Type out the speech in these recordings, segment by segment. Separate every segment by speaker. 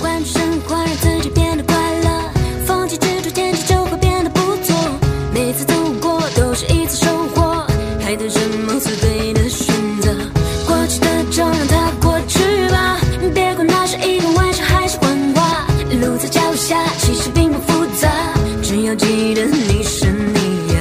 Speaker 1: 关注生活，让自己变得快乐。放弃执着，天气就会变得不错。每次走过都是一次收获，还等什么最对的选择？过去的就让它过去吧，别管它是一个玩笑还是谎话。路在脚下，其实并不复杂，只要记得你是你呀。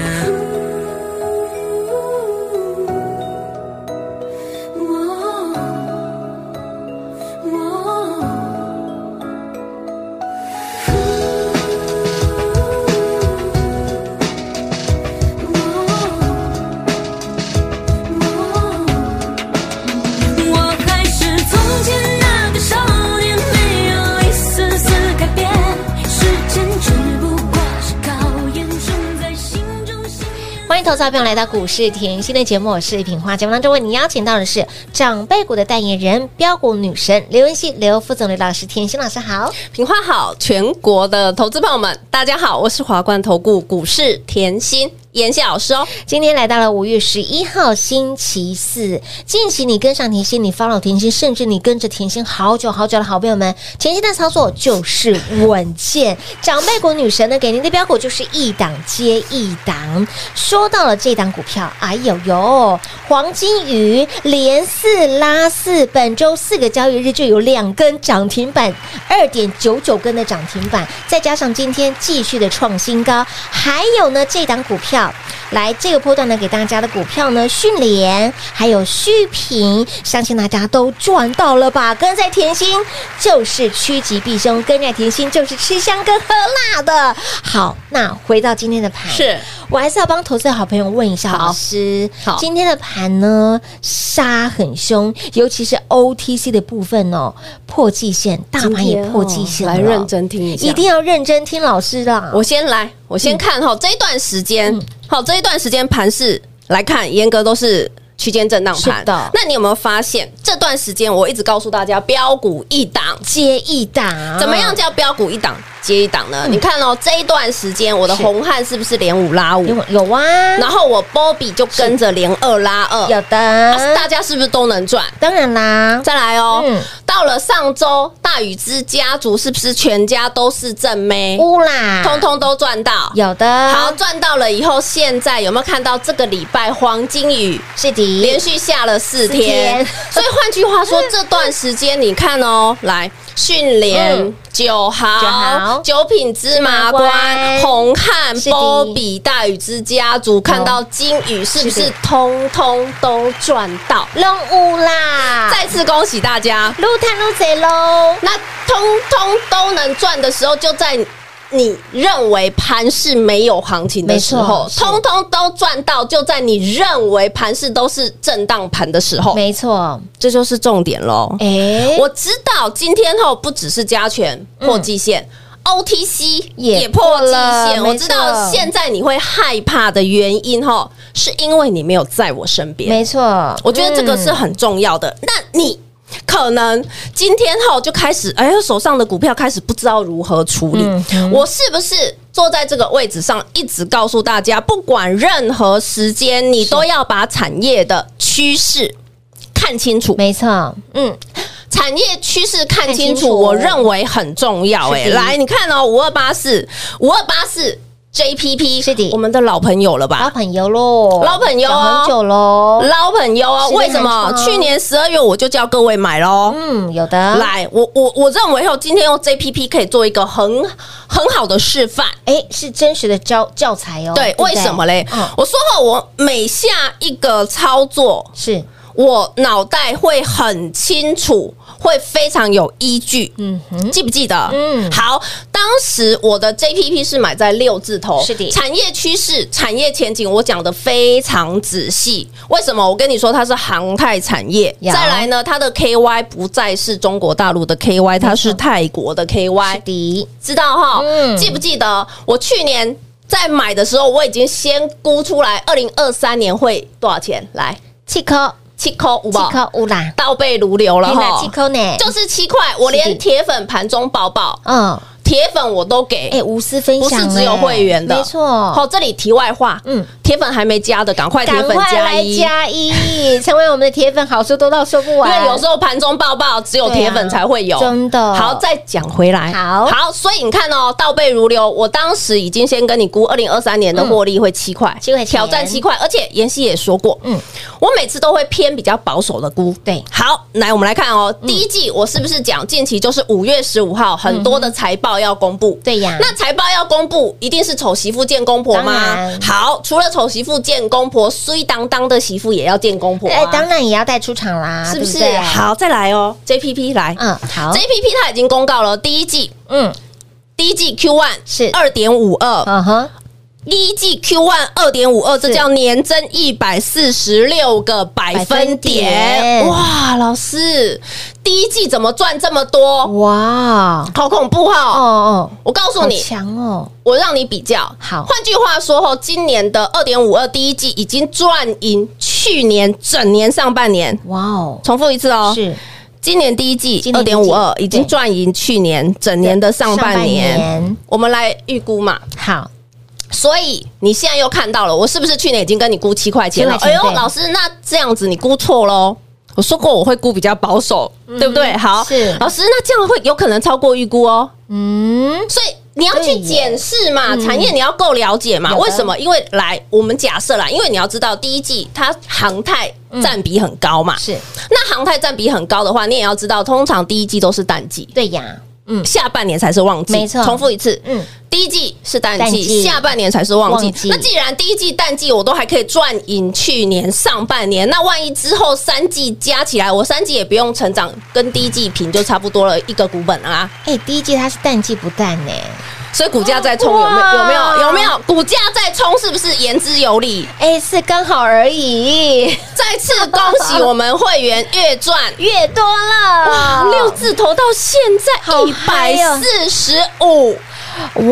Speaker 1: 我还是从前那个少年，没有一丝丝改变。时间只不过是考验，种在心中信念。
Speaker 2: 欢迎投资者朋友来到股市甜心的节目，我是品花。节目当中为你邀请到的是长辈股的代言人标股女神刘文熙、刘副总、刘老师，甜心老师好。
Speaker 3: 平花好，全国的投资朋友们，大家好，我是华冠投顾股市甜心妍希老师哦。
Speaker 2: 今天来到了五月十一号星期四，近期你跟上甜心，你 follow 甜心，甚至你跟着甜心好久好久的好朋友们，甜心的操作就是稳健。长辈股女神呢，给您的标股就是一档接一档。说到了这档股票，哎呦呦，黄金鱼连四拉四，本周四个交易日就有两根涨停板，二点九九根的涨停板，再加上今天继续的创新高，还有呢这档股票，来这个波段呢给大家的股票呢，迅联还有旭平，相信大家都赚到了吧？跟在甜心就是趋吉避凶，跟在甜心就是吃香跟喝辣的。好，那回到今天的盘，
Speaker 3: 是
Speaker 2: 我还是要帮投资的好朋友问一下
Speaker 3: 好
Speaker 2: 老师，
Speaker 3: 好
Speaker 2: 今天的盘呢杀很凶，尤其是 OTC 的部分哦，破季线，大盘也破季线了、
Speaker 3: 哦来认真听一下，
Speaker 2: 一定要认真听老师啦。
Speaker 3: 我先来，我先看哈、这一段时间，好、这一段时间盘势来看，严格都是。区间震荡盘
Speaker 2: 是的
Speaker 3: 那你有没有发现这段时间我一直告诉大家，标股一档
Speaker 2: 接一档，
Speaker 3: 怎么样叫标股一档接一档呢？你看哦，这一段时间我的
Speaker 2: 是
Speaker 3: 红啊汉是不是连五拉五？
Speaker 2: 有有啊，
Speaker 3: 然后我 Bobby 就跟着连二拉二，
Speaker 2: 有的、
Speaker 3: 啊大家是不是都能赚？
Speaker 2: 当然啦，
Speaker 3: 再来哦，
Speaker 2: 嗯
Speaker 3: 到了上周，大禹之家族是不是全家都是正妹，
Speaker 2: 乌啦，
Speaker 3: 通通都赚到？
Speaker 2: 有啊的，
Speaker 3: 好，赚到了以后，现在有没有看到这个礼拜黄金雨
Speaker 2: 是的，
Speaker 3: 连续下了四天？
Speaker 2: 嗯四天
Speaker 3: 所以换句话说，这段时间你看哦，来训
Speaker 2: 嗯
Speaker 3: 练。九
Speaker 2: 九豪
Speaker 3: 豪、九品芝麻
Speaker 2: 芝麻官
Speaker 3: 官、红汉
Speaker 2: 是、的
Speaker 3: 波比、大禹之家族，看到金宇是不
Speaker 2: 是的
Speaker 3: 是通通都赚到？
Speaker 2: 龙乌啦，
Speaker 3: 再次恭喜大家！
Speaker 2: 撸探撸贼喽，
Speaker 3: 那通通都能赚的时候，就在你认为盘市没有行情的时候
Speaker 2: 没错，是
Speaker 3: 通通都赚到，就在你认为盘市都是震荡盘的时候，
Speaker 2: 没错，
Speaker 3: 这就是重点喽。
Speaker 2: 哎、
Speaker 3: 哦我知道今天后不只是加权破季线。OTC
Speaker 2: 嗯也
Speaker 3: 也破季
Speaker 2: 破了
Speaker 3: 线，我
Speaker 2: 没
Speaker 3: 知道
Speaker 2: 错
Speaker 3: 现在你会害怕的原因哈，是因为你没有在我身边。
Speaker 2: 没错，
Speaker 3: 我觉得这个是
Speaker 2: 嗯
Speaker 3: 很重要的。那你可能今天后就开始，哎，手上的股票开始不知道如何处理，
Speaker 2: 嗯哼
Speaker 3: 我是不是？坐在这个位置上，一直告诉大家，不管任何时间，你都要把产业的趋势看清楚。
Speaker 2: 没错，嗯，
Speaker 3: 产业趋势看
Speaker 2: 看清
Speaker 3: 清
Speaker 2: 楚哦
Speaker 3: 楚，我认为很重要、
Speaker 2: 是
Speaker 3: 哎，
Speaker 2: 的
Speaker 3: 来，你看哦，五二八四，五二八四，JPP
Speaker 2: 是的
Speaker 3: 我们的老朋友了吧？
Speaker 2: 老朋友喽，
Speaker 3: 老朋友
Speaker 2: 讲
Speaker 3: 哦
Speaker 2: 很久喽，
Speaker 3: 老朋友啊，
Speaker 2: 时间
Speaker 3: 为什么
Speaker 2: 很？长
Speaker 3: 去年十二月我就叫各位买喽。
Speaker 2: 嗯，有的，，
Speaker 3: 来，我我我认为哦，今天用 JPP 可以做一个很很好的示范。
Speaker 2: 哎，是真实的教教材哦，
Speaker 3: 哦对，
Speaker 2: 不
Speaker 3: 为什么嘞？
Speaker 2: 嗯，
Speaker 3: 我说后，我每下一个操作，
Speaker 2: 是，
Speaker 3: 我脑袋会很清楚，会非常有依据。
Speaker 2: 嗯哼，
Speaker 3: 记不记得？
Speaker 2: 嗯
Speaker 3: 好，当时我的 JPP 是买在六字头，
Speaker 2: 是的
Speaker 3: 产业趋势、产业前景，我讲的非常仔细。为什么？我跟你说，它是航太产业。
Speaker 2: 有
Speaker 3: 再来呢，它的 KY 不再是中国大陆的 KY，它是泰国的
Speaker 2: 是
Speaker 3: KY，
Speaker 2: 的，
Speaker 3: 知道哈？
Speaker 2: 嗯
Speaker 3: 记不记得我去年？在买的时候我已经先估出来二零二三年会多少钱，来
Speaker 2: 七颗
Speaker 3: 七扣五
Speaker 2: 七
Speaker 3: 吧，
Speaker 2: 颗乌啦，
Speaker 3: 倒背如流了
Speaker 2: 你拿
Speaker 3: 哈
Speaker 2: 七，颗呢？
Speaker 3: 就是七块，我
Speaker 2: 是
Speaker 3: 连铁粉盘中抱抱，
Speaker 2: 嗯，
Speaker 3: 铁粉我都给，
Speaker 2: 哎，无私分
Speaker 3: 不
Speaker 2: 享
Speaker 3: 是
Speaker 2: 哎，
Speaker 3: 只有会员的，
Speaker 2: 没
Speaker 3: 好，
Speaker 2: 错，
Speaker 3: 这里题外话，
Speaker 2: 嗯
Speaker 3: 嗯，铁粉还没加的，赶快铁
Speaker 2: 赶
Speaker 3: 粉
Speaker 2: 快
Speaker 3: 加
Speaker 2: 来
Speaker 3: 一。
Speaker 2: 加一， 成为我们的铁粉，好处多到说不
Speaker 3: 因
Speaker 2: 完。
Speaker 3: 为有时候盘中抱抱只有铁粉才会有，
Speaker 2: 对啊真的
Speaker 3: 好，再讲回来，
Speaker 2: 好
Speaker 3: 好，所以你看哦，倒背如流。我当时已经先跟你估，二零二三年的获利会七块，
Speaker 2: 嗯7块钱
Speaker 3: 挑战七块，而且妍希也说过，
Speaker 2: 嗯
Speaker 3: 嗯，我每次都会偏比较保守的估。
Speaker 2: 对
Speaker 3: 好，来我们来看哦，
Speaker 2: 嗯
Speaker 3: 第一季我是不是讲近期就是五月十五号很多的财报要公布？
Speaker 2: 对呀，
Speaker 3: 那财报要公布，一定是丑媳妇见公婆
Speaker 2: 当
Speaker 3: 吗
Speaker 2: 然？
Speaker 3: 好，除了丑媳妇见公婆，衰当当的媳妇也要见公婆、啊，
Speaker 2: 哎，当然也要带出场啦，
Speaker 3: 是不是？
Speaker 2: 对对
Speaker 3: 好，再来哦，JPP 来、
Speaker 2: 嗯，好
Speaker 3: j，p p 它已经公告了第一季，
Speaker 2: 嗯，
Speaker 3: 第一季 Q one
Speaker 2: 是
Speaker 3: 二点五二，
Speaker 2: 嗯哼，
Speaker 3: 第一季 Q one 二点五二，这
Speaker 2: 是
Speaker 3: 叫年增一百四十六个百分
Speaker 2: 百分
Speaker 3: 点，
Speaker 2: 点
Speaker 3: 哇，老师，第一季怎么赚这么多？
Speaker 2: 哇，
Speaker 3: 好恐怖
Speaker 2: 哦
Speaker 3: 哦！
Speaker 2: 哦，
Speaker 3: 我告诉
Speaker 2: 好
Speaker 3: 你，
Speaker 2: 强哦，
Speaker 3: 我让你比较。
Speaker 2: 好
Speaker 3: 换句话说吼，今年的二点五二第一季已经赚赢去年整年上半年。
Speaker 2: 哇哦，
Speaker 3: 重复一次哦，
Speaker 2: 是
Speaker 3: 今年第一季
Speaker 2: 今
Speaker 3: 二
Speaker 2: 年第一
Speaker 3: 点
Speaker 2: 季
Speaker 3: 五二已经
Speaker 2: 对
Speaker 3: 赚赢去年整年的上半年。
Speaker 2: 上半年
Speaker 3: 我们来预估嘛，
Speaker 2: 好，
Speaker 3: 所以你现在又看到了，我是不是去年已经跟你估七块钱了？
Speaker 2: 7块钱
Speaker 3: 哎呦，
Speaker 2: 对
Speaker 3: 老师，那这样子你估错喽。我说过我会估比较保守，对不对？好，
Speaker 2: 是
Speaker 3: 老师，那这样会有可能超过预估哦。
Speaker 2: 嗯，
Speaker 3: 所以你要去检视嘛，产业你要够了解嘛。
Speaker 2: 有的
Speaker 3: 为什么？因为来，我们假设啦，因为你要知道第一季它航太占比很高嘛，
Speaker 2: 是
Speaker 3: 那航太占比很高的话，你也要知道，通常第一季都是淡季，
Speaker 2: 对呀，嗯，
Speaker 3: 下半年才是旺季。
Speaker 2: 没错
Speaker 3: 重复一次，
Speaker 2: 嗯，
Speaker 3: 第一季是淡
Speaker 2: 淡季
Speaker 3: 季，下半年才是旺季
Speaker 2: 旺。季
Speaker 3: 那既然第一季淡季，我都还可以赚赢去年上半年，那万一之后三季加起来，我三季也不用成长，跟第一季平就差不多了一个股本啊。
Speaker 2: 哎，第一季它是淡季不淡呢，
Speaker 3: 所以股价在冲，有没有？有没有？有没有？股价在冲，是不是言之有理？
Speaker 2: 哎，是刚好而已，
Speaker 3: 再次恭喜我们会员月赚
Speaker 2: 越多
Speaker 3: 哇，
Speaker 2: 了，
Speaker 3: 六字头到现在
Speaker 2: 好
Speaker 3: 一
Speaker 2: 嗨
Speaker 3: 百
Speaker 2: 哦
Speaker 3: 四十五，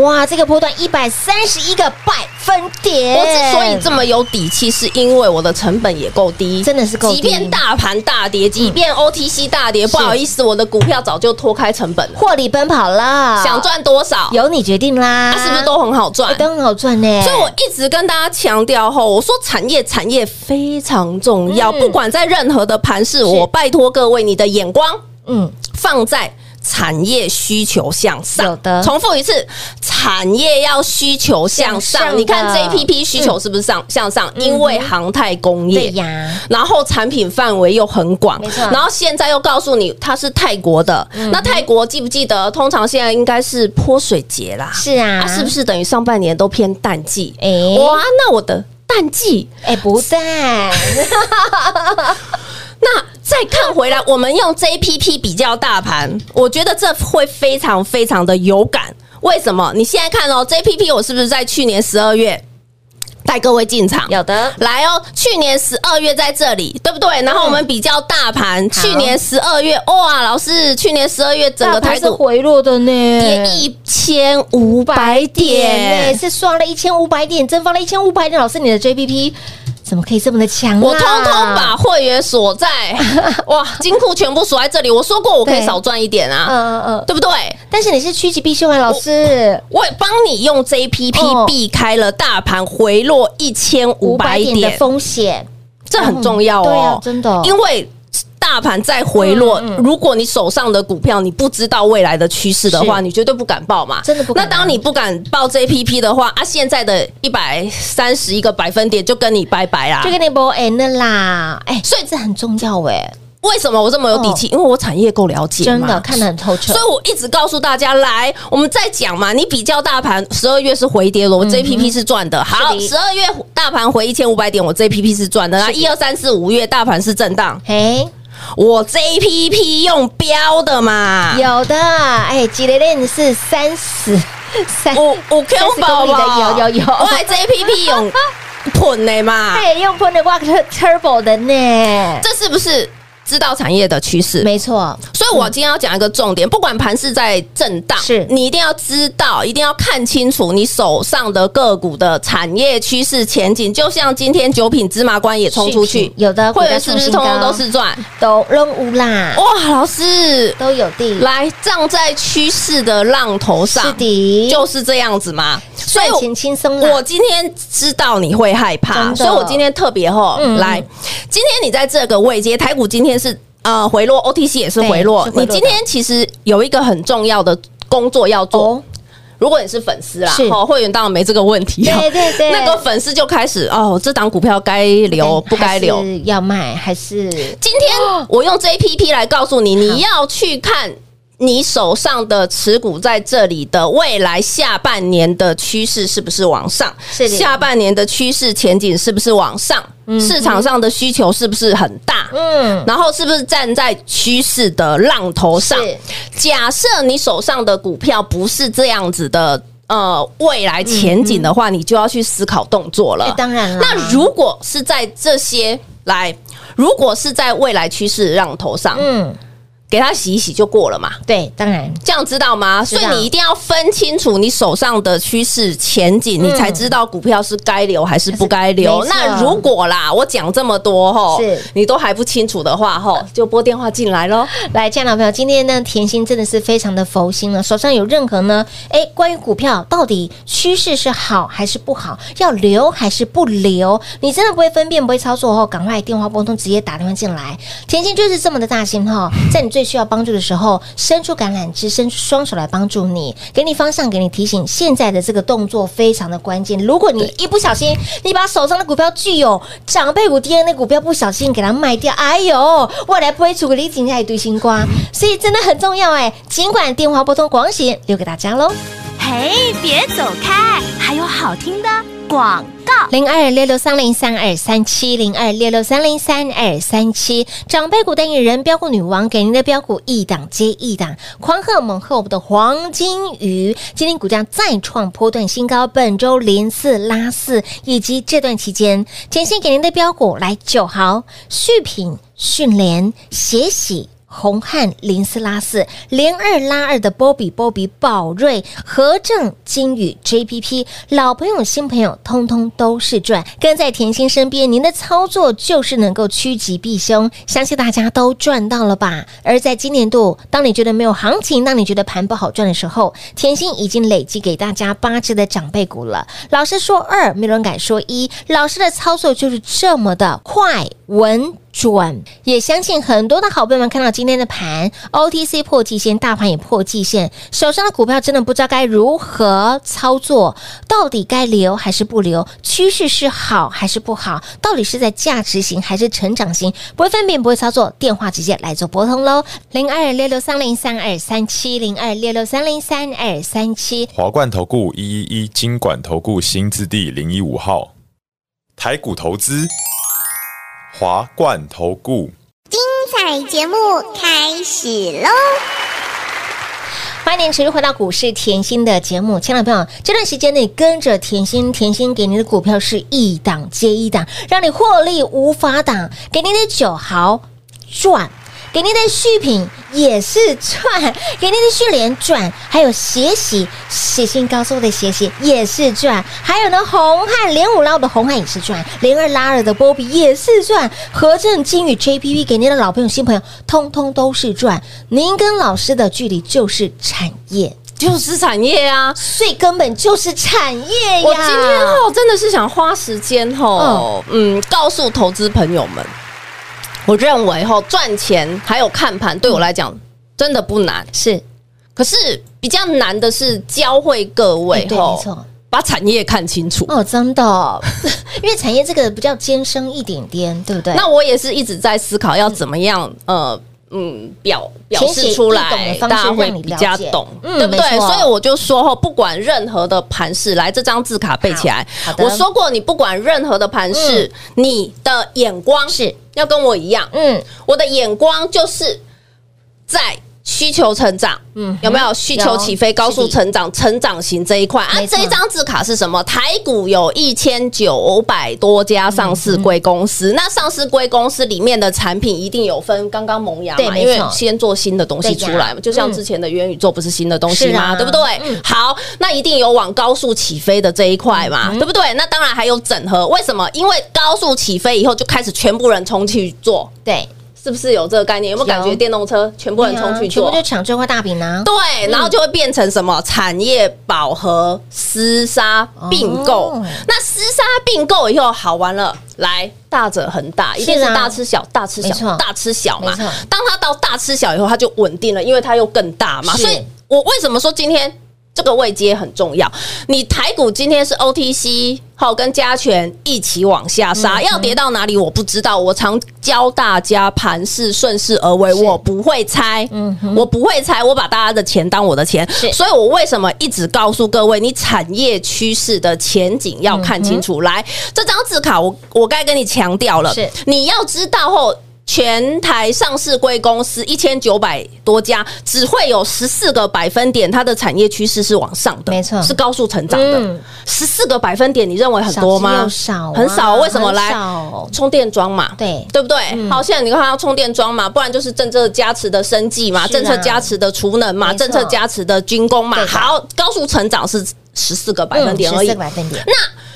Speaker 2: 哇，这个波段一百三十一个百分点，
Speaker 3: 我之所以这么有底气，是因为我的成本也够低，
Speaker 2: 真的是够低嗯
Speaker 3: 即便大盘大跌，即便 OTC 大跌，不好意思，我的股票早就脱开成本了。
Speaker 2: 获利奔跑了，
Speaker 3: 想赚多少，
Speaker 2: 由你决定啦，
Speaker 3: 啊它是不是都很好赚
Speaker 2: 哎？都很好赚呢？
Speaker 3: 所以我一直跟大家强调吼，我说产业产业非常重要，
Speaker 2: 嗯
Speaker 3: 不管在任何的盘市，我拜托各位，你的眼光
Speaker 2: 嗯，
Speaker 3: 放在。产业需求向上，
Speaker 2: 有的
Speaker 3: 重复一次，产业要需求向
Speaker 2: 向
Speaker 3: 上。
Speaker 2: 上的嗯
Speaker 3: 你看 JPP 需求是不是上、向上？因为航太工
Speaker 2: 对
Speaker 3: 业，
Speaker 2: 呀，
Speaker 3: 然后产品范围又很广
Speaker 2: 没错，嗯
Speaker 3: 然后现在又告诉你它是泰国的，那泰国记不记得？通常现在应该是泼水节啦，
Speaker 2: 是啊，
Speaker 3: 啊，是不
Speaker 2: 是？
Speaker 3: 是等于上半年都偏淡季？
Speaker 2: 哎
Speaker 3: 哇，那我的淡季，
Speaker 2: 哎，不 淡，
Speaker 3: 那再看回来，我们用 JPP 比较大盘，我觉得这会非常非常的有感。为什么？你现在看哦，JPP 我是不是在去年十二月带各位进场？
Speaker 2: 有的
Speaker 3: 来哦，去年十二月在这里，对不对？然后我们比较大
Speaker 2: 嗯
Speaker 3: 盘，去年十二月，哇，老师，去年十二月整个
Speaker 2: 大盘
Speaker 3: 台
Speaker 2: 是
Speaker 3: 股
Speaker 2: 回落的呢，
Speaker 3: 跌一千五百
Speaker 2: 点
Speaker 3: 点
Speaker 2: 呢，是刷了一千五百点，蒸发了一千五百点。老师，你的 JPP 怎么可以这么的强啊？
Speaker 3: 我通通把会员锁在哇金库全部锁在这里。我说过我可以
Speaker 2: 对
Speaker 3: 少赚一点啊，
Speaker 2: 嗯嗯嗯，
Speaker 3: 对不对？
Speaker 2: 但是你是趋吉避凶啊，老师，
Speaker 3: 我也帮你用
Speaker 2: 哦
Speaker 3: JPP 避开了大盘回落一千五
Speaker 2: 五
Speaker 3: 百
Speaker 2: 百点的
Speaker 3: 点，
Speaker 2: 风险，
Speaker 3: 这很重要
Speaker 2: 对啊
Speaker 3: 哦，
Speaker 2: 真的嗯
Speaker 3: 因为。大盘再回落，如果你手上的股票你不知道未来的趋势的话，
Speaker 2: 是
Speaker 3: 你绝对不敢报嘛。
Speaker 2: 真的不敢
Speaker 3: 那当你不敢报 JPP 的话，啊，现在的一百三十一个百分点就跟你拜拜啦。
Speaker 2: 就跟你博 N 的啦。哎，
Speaker 3: 所以
Speaker 2: 这很重要哎，
Speaker 3: 为什么我这么有底气？因为我产业够了解
Speaker 2: 哦
Speaker 3: 嘛，
Speaker 2: 真的看得很透彻
Speaker 3: 所以。我一直告诉大家，来，我们再讲嘛。你比较大盘，十二月是回跌了，我 JPP 是赚的。好，
Speaker 2: 嗯是
Speaker 3: 十二月大盘回一千五百点，我 JPP 是赚的。那一二三四五月大盘是震荡，
Speaker 2: 哎，
Speaker 3: 我 JPP 用标的嘛。
Speaker 2: 有的，哎，几雷链是三十三，
Speaker 3: 五五 Q
Speaker 2: 30哎
Speaker 3: 宝
Speaker 2: 公里的有有有
Speaker 3: 我的 JPP 用喷的嘛。
Speaker 2: 哎，用 p o n t w a l k Turbo 的呢，
Speaker 3: 这是不是知道产业的趋势。
Speaker 2: 没错，
Speaker 3: 所以我今天要讲一个重点，不管盘是在震荡，
Speaker 2: 是
Speaker 3: 你一定要知道，一定要看清楚你手上的个股的产业趋势前景。就像今天九品芝麻官也冲出
Speaker 2: 续
Speaker 3: 去
Speaker 2: 品，有的
Speaker 3: 会员是不是通通都
Speaker 2: 股价创新
Speaker 3: 是赚？
Speaker 2: 高都扔无啦，
Speaker 3: 哇，老师，
Speaker 2: 都有地，
Speaker 3: 来站在趋势的浪头上，
Speaker 2: 是的，
Speaker 3: 就是这样子嘛。所以
Speaker 2: 赚
Speaker 3: 我
Speaker 2: 钱轻松啦
Speaker 3: 我。今天知道你会害
Speaker 2: 真
Speaker 3: 怕，
Speaker 2: 的
Speaker 3: 所以我今天特别吼、
Speaker 2: 嗯
Speaker 3: 来，今天你在这个位阶，台股今天是呃回落，OTC 也是回落
Speaker 2: 对是。回落的
Speaker 3: 你今天其实有一个很重要的工作要做，
Speaker 2: 哦，
Speaker 3: 如果你是粉丝啦
Speaker 2: 是，
Speaker 3: 哦，会员当然没这个问题、啊
Speaker 2: 对对对
Speaker 3: 那个粉丝就开始哦，这档股票该留不该留
Speaker 2: 还？是要卖还是
Speaker 3: 今天我用 JPP 来告诉你，你要去看你手上的持股在这里的未来下半年的趋势是不是往上
Speaker 2: 是，的
Speaker 3: 下半年的趋势前景是不是往上，市场上的需求是不是很大？
Speaker 2: 嗯，
Speaker 3: 然后是不是站在趋势的浪头上
Speaker 2: 是？
Speaker 3: 假设你手上的股票不是这样子的，呃，未来前景的话，你就要去思考动作了
Speaker 2: 哎。当然啦
Speaker 3: 那如果是在这些来，如果是在未来趋势浪头上，
Speaker 2: 嗯，
Speaker 3: 给它洗一洗就过了嘛。
Speaker 2: 对，当然
Speaker 3: 这样知道吗？
Speaker 2: 知
Speaker 3: 所
Speaker 2: 道
Speaker 3: 以你一定要分清楚你手上的趋势前景，你才知道股票是该留还是不该留。
Speaker 2: 嗯还是没错
Speaker 3: 那如果啦，我讲这么多吼
Speaker 2: 是，
Speaker 3: 你都还不清楚的话吼，就拨电话进来喽。
Speaker 2: 来，亲爱的朋友，今天呢，甜心真的是非常的佛心了，手上有任何呢，哎，关于股票到底趋势是好还是不好，要留还是不留，你真的不会分辨，不会操作后，赶快电话拨通，直接打电话进来。甜心就是这么的大心哈，在你最需要帮助的时候，伸出橄榄枝，伸出双手来帮助你，给你方向，给你提醒。现在的这个动作非常的关键，如果你一不小心，你把手上的股票具有长辈股、DNA 股票不小心给它卖掉，哎呦，未来不会出个李景下一堆新瓜，所以真的很重要哎。尽管电话拨通广喜，留给大家喽。
Speaker 4: 嘿，别走开，还有好听的广告。
Speaker 2: 零二六六三零三二三七零二六六三零三二三七，长辈股代言人标股女王给您的标股一档接一档，狂贺猛贺我们的黄金鱼，今天股价再创波段新高，本周连四拉四，以及这段期间前线给您的标股来九毫续品迅联血洗。红汉、林斯拉四、连二拉二的波比、波比、宝瑞、和正、金宇、JPP，老朋友、新朋友，通通都是赚。跟在甜心身边，您的操作就是能够趋吉避凶，相信大家都赚到了吧？而在今年度，当你觉得没有行情，当你觉得盘不好赚的时候，甜心已经累积给大家八只的长辈股了。老师说二，没有人敢说一。老师的操作就是这么的快、稳、准，也相信很多的好朋友们看到今天的盘，OTC 破季线，大盘也破季线，手上的股票真的不知道该如何操作，到底该留还是不留？趋势是好还是不好？到底是在价值型还是成长型？不会分辨，不会操作，电话直接来做拨通喽，零二六六三零三二三七零二六六三零三二三七，
Speaker 5: 华冠投顾一一一金管投顾新字第零一五号，台股投资，华冠投顾。
Speaker 6: 彩节目开始喽！
Speaker 2: 欢迎持续回到股市甜心的节目，亲爱的朋友，这段时间内跟着甜心，甜心给您的股票是一档接一档，让你获利无法挡，给您的九毫赚。给您的续品也是赚，给您的续联赚，还有血洗血性高速的血洗也是赚，还有呢红汉连五捞的红汉也是赚，连二拉二的波比也是赚，和正金宇 JPP 给您的老朋友新朋友通通都是赚。您跟老师的距离就是产业，
Speaker 3: 就是产业啊，
Speaker 2: 所以根本就是产哎业呀。
Speaker 3: 我今天哦，真的是想花时间哦，嗯，告诉投资朋友们，我认为哦，赚钱还有看盘对我来讲真的不难，
Speaker 2: 是
Speaker 3: 可是比较难的是教会各
Speaker 2: 哎
Speaker 3: 位
Speaker 2: 对，没错。
Speaker 3: 把产业看清楚。
Speaker 2: 哦，真的哦、 因为产业这个比较艰深一点点，对不对？
Speaker 3: 那我也是一直在思考要怎么样，呃。嗯，表表
Speaker 2: 浅显
Speaker 3: 示出
Speaker 2: 易懂的
Speaker 3: 来，
Speaker 2: 方式
Speaker 3: 大家会
Speaker 2: 让你
Speaker 3: 比
Speaker 2: 了
Speaker 3: 较
Speaker 2: 解
Speaker 3: 懂，
Speaker 2: 嗯
Speaker 3: 对不
Speaker 2: 没
Speaker 3: 对？
Speaker 2: 错
Speaker 3: 所以我就说吼，不管任何的盘势，来这张字卡背起来
Speaker 2: 好好。的嗯
Speaker 3: 我说过，你不管任何的盘势，你的眼光是要跟我一样，
Speaker 2: 嗯，
Speaker 3: 我的眼光就是在需求成长，
Speaker 2: 嗯
Speaker 3: 嗯，有没有需求起飞、
Speaker 2: 有
Speaker 3: 高速
Speaker 2: 是的
Speaker 3: 成长、成长型这一块啊
Speaker 2: 没？错
Speaker 3: 这一张字卡是什么？台股有一千九百多家上市贵公
Speaker 2: 嗯
Speaker 3: 司，那上市贵公司里面的产品一定有分刚刚萌芽
Speaker 2: 对
Speaker 3: 嘛，
Speaker 2: 没
Speaker 3: 因为
Speaker 2: 错
Speaker 3: 先做新的东西
Speaker 2: 对呀
Speaker 3: 出来嘛，就像
Speaker 2: 嗯
Speaker 3: 之前的元宇宙不是新的东西
Speaker 2: 是啊
Speaker 3: 吗？对不对
Speaker 2: 嗯？
Speaker 3: 好，那一定有往高速起飞的这一块
Speaker 2: 嗯
Speaker 3: 嘛，对不对？那当然还有整合，为什么？因为高速起飞以后就开始全部人冲去做。
Speaker 2: 对，
Speaker 3: 是不是有这个概念？有没有感
Speaker 2: 有
Speaker 3: 觉电动车全部人冲去
Speaker 2: 啊全部
Speaker 3: 做？
Speaker 2: 就抢这块大饼啊！
Speaker 3: 对，然后就会变成什么产业饱和、厮杀并购。
Speaker 2: 哦
Speaker 3: 那厮杀并购以后好玩了，来大者恒大，一定是
Speaker 2: 是啊
Speaker 3: 大吃小，大吃
Speaker 2: 没错
Speaker 3: 小，大吃小嘛
Speaker 2: 没错。
Speaker 3: 当它到大吃小以后，它就稳定了，因为它又更大嘛。
Speaker 2: 是
Speaker 3: 所以我为什么说今天？这个位阶很重要。你台股今天是 OTC，好跟加权一起往下杀，要跌到哪里我不知道。我常教大家盘势顺势而为，我不会猜，我不会猜，我把大家的钱当我的钱，所以我为什么一直告诉各位，你产业趋势的前景要看清楚。来，这张字卡我我该跟你强调了
Speaker 2: 是，
Speaker 3: 你要知道后。全台上市贵公司一千九百多家，只会有十四个百分点，它的产业趋势是往上的，
Speaker 2: 没错
Speaker 3: 是高速成长的
Speaker 2: 嗯。
Speaker 3: 十四、个百分点，你认为很多吗？
Speaker 2: 少之又少啊
Speaker 3: 很少。为什么
Speaker 2: 很
Speaker 3: 来
Speaker 2: 少
Speaker 3: 充电桩嘛？
Speaker 2: 对嗯
Speaker 3: 对不对？好，现在你看它充电桩嘛，不然就是政策加持的生计
Speaker 2: 是
Speaker 3: 嘛，
Speaker 2: 啊
Speaker 3: 政策加持的储能嘛，
Speaker 2: 没错
Speaker 3: 政策加持的军工嘛。
Speaker 2: 对的嗯
Speaker 3: 好，高速成长是十四个百分点而已
Speaker 2: 十四。个百分点，
Speaker 3: 那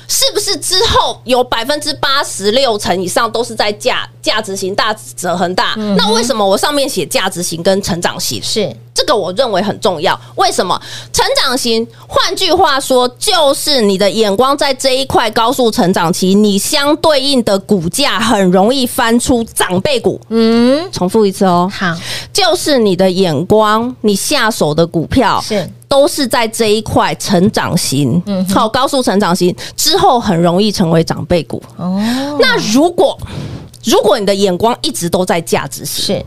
Speaker 3: 是不是之后有百分之八十六成以上都是在价价值型大折很大？那为什么我上面写价值型跟成长型？
Speaker 2: 是
Speaker 3: 这个我认为很重要。为什么？成长型，换句话说，就是你的眼光在这一块高速成长期，你相对应的股价很容易翻出长辈股。
Speaker 2: 嗯，
Speaker 3: 重复一次哦，
Speaker 2: 好
Speaker 3: 就是你的眼光，你下手的股票
Speaker 2: 是
Speaker 3: 都是在这一块成长型，
Speaker 2: 嗯哼
Speaker 3: 好、高速成长型之后，很容易成为长辈股。
Speaker 2: 哦，
Speaker 3: 那如果如果你的眼光一直都在价值型，
Speaker 2: 是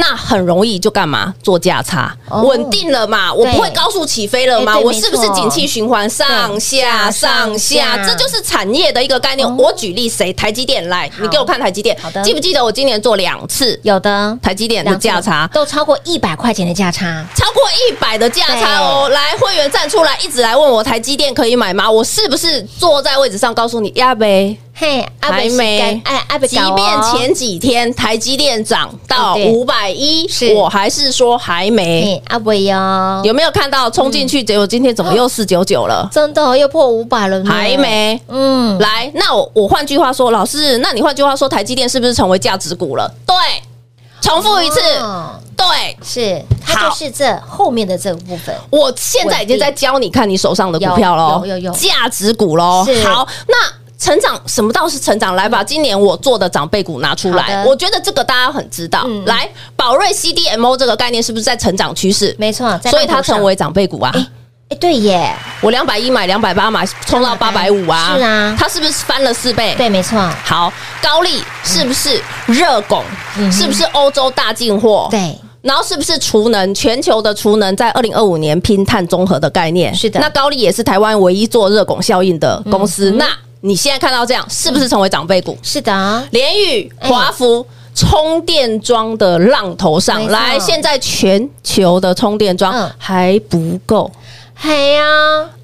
Speaker 3: 那很容易就干嘛做价差，
Speaker 2: 哦
Speaker 3: 稳、定了嘛，我
Speaker 2: 对
Speaker 3: 不会高速起飞了
Speaker 2: 哎
Speaker 3: 嘛，
Speaker 2: 对
Speaker 3: 我
Speaker 2: 没
Speaker 3: 是不是
Speaker 2: 错
Speaker 3: 景气循环上下
Speaker 2: 对上
Speaker 3: 上
Speaker 2: 下
Speaker 3: 下？这就是产业的一个概念。
Speaker 2: 哦
Speaker 3: 我举例谁，台积电来，你给我看台积电
Speaker 2: 好的，
Speaker 3: 记不记得我今年做两次
Speaker 2: 有的，
Speaker 3: 台积电的价差？
Speaker 2: 都超过一百块钱的价差，
Speaker 3: 超过一百的价差哦！来，会员站出来，一直来问我台积电可以买吗？我是不是坐在位置上告诉你呀呗？
Speaker 2: 嘿，阿
Speaker 3: 还
Speaker 2: 北
Speaker 3: 没
Speaker 2: 哎，阿北
Speaker 3: 即便前几天台积电涨到
Speaker 2: 哎对
Speaker 3: 五百一
Speaker 2: 是，
Speaker 3: 我还是说还没。
Speaker 2: 嘿，阿北哟，
Speaker 3: 有没有看到冲进去？结果今天怎么又四九九了？
Speaker 2: 真的哦又破五百了呢，
Speaker 3: 还没。
Speaker 2: 嗯，
Speaker 3: 来，那我我换句话说，老师，那你换句话说，台积电是不是成为价值股了？对，重复一次，
Speaker 2: 哦
Speaker 3: 对。
Speaker 2: 是它
Speaker 3: 好
Speaker 2: 就是这后面的这个部分，
Speaker 3: 我现在已经在教你看你手上的股票喽，
Speaker 2: 有有有有
Speaker 3: 价值股喽
Speaker 2: 是。
Speaker 3: 好，那成长什么倒是成长，来把今年我做的长辈股拿出
Speaker 2: 好
Speaker 3: 来，
Speaker 2: 的
Speaker 3: 我觉得这个大家很知道
Speaker 2: 嗯。
Speaker 3: 来，宝瑞 CDMO 这个概念是不是在成长趋势？
Speaker 2: 没错，在
Speaker 3: 所以它
Speaker 2: 半途上
Speaker 3: 成为长辈股啊。
Speaker 2: 哎，对耶，
Speaker 3: 我两百一买，两百八买，冲到八百五啊！
Speaker 2: 是啊
Speaker 3: 它是不是翻了四倍？。
Speaker 2: 对，没错，
Speaker 3: 好，高丽是不是热拱？
Speaker 2: 嗯哼
Speaker 3: 是不是欧洲大进货？。
Speaker 2: 对，
Speaker 3: 然后是不是储能？全球的储能在二零二五年拼碳中和的概念。
Speaker 2: 是的嗯
Speaker 3: 那高丽也是台湾唯一做热拱效应的公司。那你现在看到这样，是不是成为长辈股？
Speaker 2: 是的，
Speaker 3: 联宇、
Speaker 2: 哎
Speaker 3: 华孚。充电桩的浪头
Speaker 2: 没
Speaker 3: 上
Speaker 2: 错
Speaker 3: 来，现在全球的充电
Speaker 2: 嗯
Speaker 3: 桩还不够
Speaker 2: 嘿呀，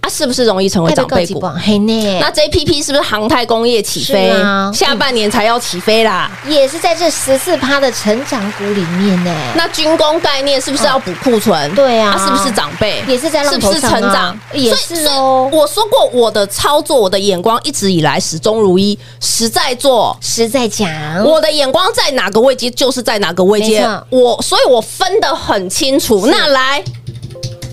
Speaker 3: 啊，是不是容易成为
Speaker 2: 哎
Speaker 3: 长辈
Speaker 2: 几
Speaker 3: 股？
Speaker 2: 磅嘿呢，
Speaker 3: 那 JPP 是不是航太工业起飞
Speaker 2: 是啊？
Speaker 3: 下半年才要起飞啦。
Speaker 2: 也是在这十四趴的成长股里面呢，
Speaker 3: 那军工概念是不是要补库存？
Speaker 2: 对啊
Speaker 3: 是不是长辈
Speaker 2: 也是在浪
Speaker 3: 是
Speaker 2: 头
Speaker 3: 不是
Speaker 2: 上啊
Speaker 3: 成长？
Speaker 2: 也
Speaker 3: 所以
Speaker 2: 是哦
Speaker 3: 所以我说过，我的操作，我的眼光一直以来始终如一，实在做。
Speaker 2: 实在讲，
Speaker 3: 我的眼光在哪个位阶，就是在哪个位
Speaker 2: 没
Speaker 3: 阶
Speaker 2: 错。
Speaker 3: 我，所以我分得很清楚。那来，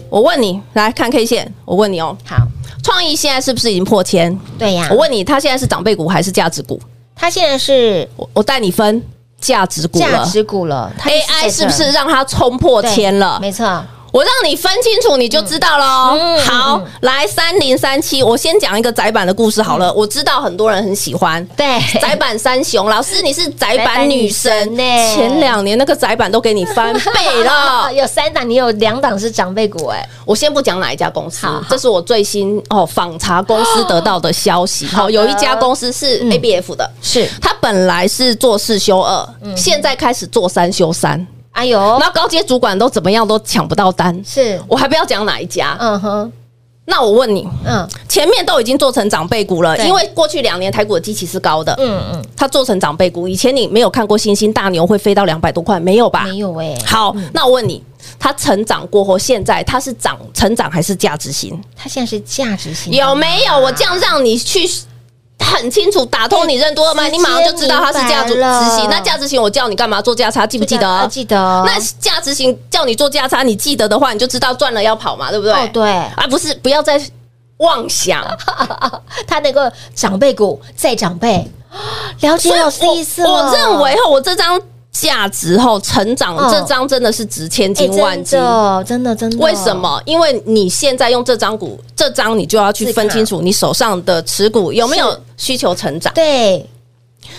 Speaker 3: 我问你，来看 K 线，我问你哦，
Speaker 2: 好，
Speaker 3: 创意现在是不是已经破千？
Speaker 2: 对呀
Speaker 3: 我，问你，它现在是长辈股还是价值股？
Speaker 2: 它现在是
Speaker 3: 我我带你分价值股
Speaker 2: 价
Speaker 3: 了。
Speaker 2: 值股了它就是在
Speaker 3: AI 是不
Speaker 2: 这
Speaker 3: 是让它冲破
Speaker 2: 对
Speaker 3: 千了？
Speaker 2: 没错，
Speaker 3: 我让你分清楚，你就知道喽。
Speaker 2: 嗯嗯
Speaker 3: 好
Speaker 2: 嗯，
Speaker 3: 来三零三七，我先讲一个窄版的故事好
Speaker 2: 嗯
Speaker 3: 了。我知道很多人很喜欢
Speaker 2: 对，
Speaker 3: 窄版三雄，老师你是窄版女
Speaker 2: 窄版
Speaker 3: 神
Speaker 2: 女神
Speaker 3: 呢
Speaker 2: 呢？
Speaker 3: 前两年那个窄版都给你翻倍了。
Speaker 2: 有三档，你有两档是长辈股，哎，
Speaker 3: 我先不讲哪一家公司
Speaker 2: 好好，
Speaker 3: 这是我最新哦访查公司得到的消息。
Speaker 2: 好
Speaker 3: 好，
Speaker 2: 的
Speaker 3: 有一家公司是
Speaker 2: 嗯
Speaker 3: ABF 的，
Speaker 2: 是嗯
Speaker 3: 它本来是做四休二，现在开始做三休三。
Speaker 2: 哎呦
Speaker 3: 那，高阶主管都怎么样都抢不到单，
Speaker 2: 是，
Speaker 3: 我还不要讲哪一家。
Speaker 2: 嗯哼，
Speaker 3: 那我问你，
Speaker 2: 嗯
Speaker 3: 前面都已经做成长辈股了，
Speaker 2: 对
Speaker 3: 因为过去两年台股的基期是高的，
Speaker 2: 嗯
Speaker 3: 它做成长辈股。以前你没有看过星星大牛会飞到两百多块，没有吧
Speaker 2: 嗯，？没有哎，
Speaker 3: 好，那我问你，它成长过后，现在它是涨成长还是价值型？
Speaker 2: 它现在是价值型的，
Speaker 3: 有没有？我这样让你去很清楚打通你任督二脉，
Speaker 2: 直接
Speaker 3: 你马上就知道它是价值
Speaker 2: 明白了
Speaker 3: 型。那价值型我叫你干嘛做价差，记不记得？
Speaker 2: 啊记得哦。
Speaker 3: 那价值型叫你做价差，你记得的话，你就知道赚了要跑嘛，对不对？
Speaker 2: 哦，对，
Speaker 3: 啊，不是，不要再妄想。
Speaker 2: 它那个长辈股再长辈，了解老师意思了哎
Speaker 3: 我认为哈，我这张价值后成长
Speaker 2: 嗯
Speaker 3: 这张真的是值千
Speaker 2: 哎
Speaker 3: 金万金。
Speaker 2: 真的真的真的，
Speaker 3: 为什？么？因为你现在用这张股，这张你就要去分清楚你手上的持股有没有需求成长，
Speaker 2: 对，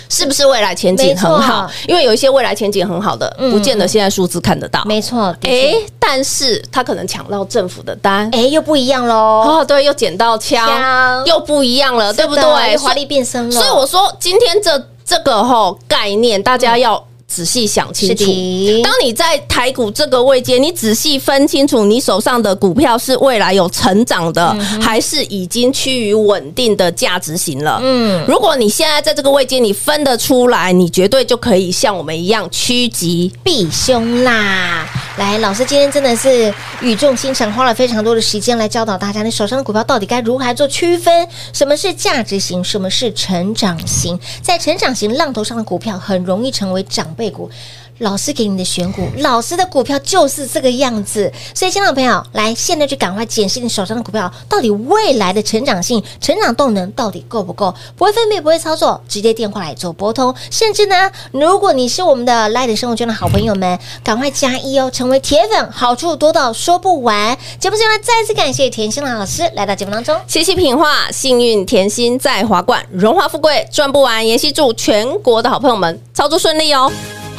Speaker 3: 是不是未来前景很好
Speaker 2: 没错？
Speaker 3: 因为有一些未来前景很好的，
Speaker 2: 嗯
Speaker 3: 不见得现在数字看得到。
Speaker 2: 没错，
Speaker 3: 哎，但是他可能抢到政府的单，
Speaker 2: 哎，又不一样喽，
Speaker 3: 哦，对，又捡到枪
Speaker 2: 枪，
Speaker 3: 又不一样了，对不
Speaker 2: 是
Speaker 3: 对
Speaker 2: 的又？华
Speaker 3: 所以
Speaker 2: 丽变身了，
Speaker 3: 所以我说，今天这这个吼概念，大家要仔细想清
Speaker 2: 是
Speaker 3: 楚。
Speaker 2: 的，
Speaker 3: 当你在台股这个位阶，你仔细分清楚，你手上的股票是未来有成长
Speaker 2: 嗯
Speaker 3: 的，还是已经趋于稳定的价值型了？
Speaker 2: 嗯，
Speaker 3: 如果你现在在这个位阶，你分得出来，你绝对就可以像我们一样趋吉。
Speaker 2: 避凶啦！来，老师今天真的是语重心长，花了非常多的时间来教导大家，你手上的股票到底该如何来做区分，什么是价值型，什么是成长型。在成长型浪头上的股票，很容易成为长辈股。老师给你的选股，老师的股票就是这个样子。所以，亲爱的朋友，来，现在就赶快检视你手上的股票，到底未来的成长性、成长动能到底够不够？不会分辨，不会操作，直接电话来做拨通。甚至呢，如果你是我们的 Light 生活圈的好朋友们，赶快加一哦，成为铁粉，好处多到说不完。节目最后呢，再次感谢甜心老师来到节目当中。
Speaker 3: 谢谢品画，幸运甜心在华冠，荣华富贵赚不完。妍希祝全国的好朋友们操作顺利哦。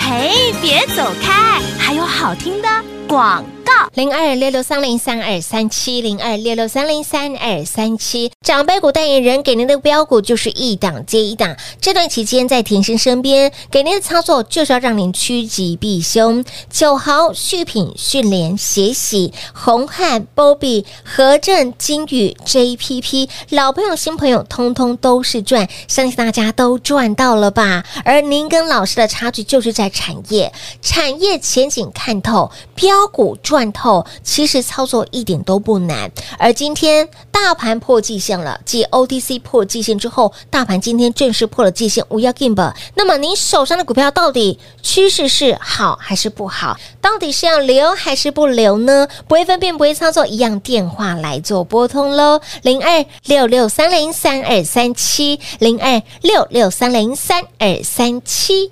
Speaker 4: 嘿，别走开，还有好听的广告。
Speaker 2: 零二六六三零三二三七零二六六三零三二三七。长辈股代言人给您的标股就是一档接一档，这段期间在甜心身边给您的操作就是要让您趋吉避凶。九豪、旭品、迅联、协喜、红汉、Bobby、和正、金宇、JPP，老朋友、新朋友，通通都是赚，相信大家都赚到了吧？而您跟老师的差距就是在产业，产业前景看透，标股赚透，其实操作一点都不难。而今天大盘破季线了，继 OTC 破季线之后，大盘今天正式破了季线，无要 game。那么您手上的股票到底趋势是好还是不好？到底是要留还是不留呢？不会分辨，不会操作，一样电话来做拨通喽，零二六六三零三二三七，零二六六三零三二三七。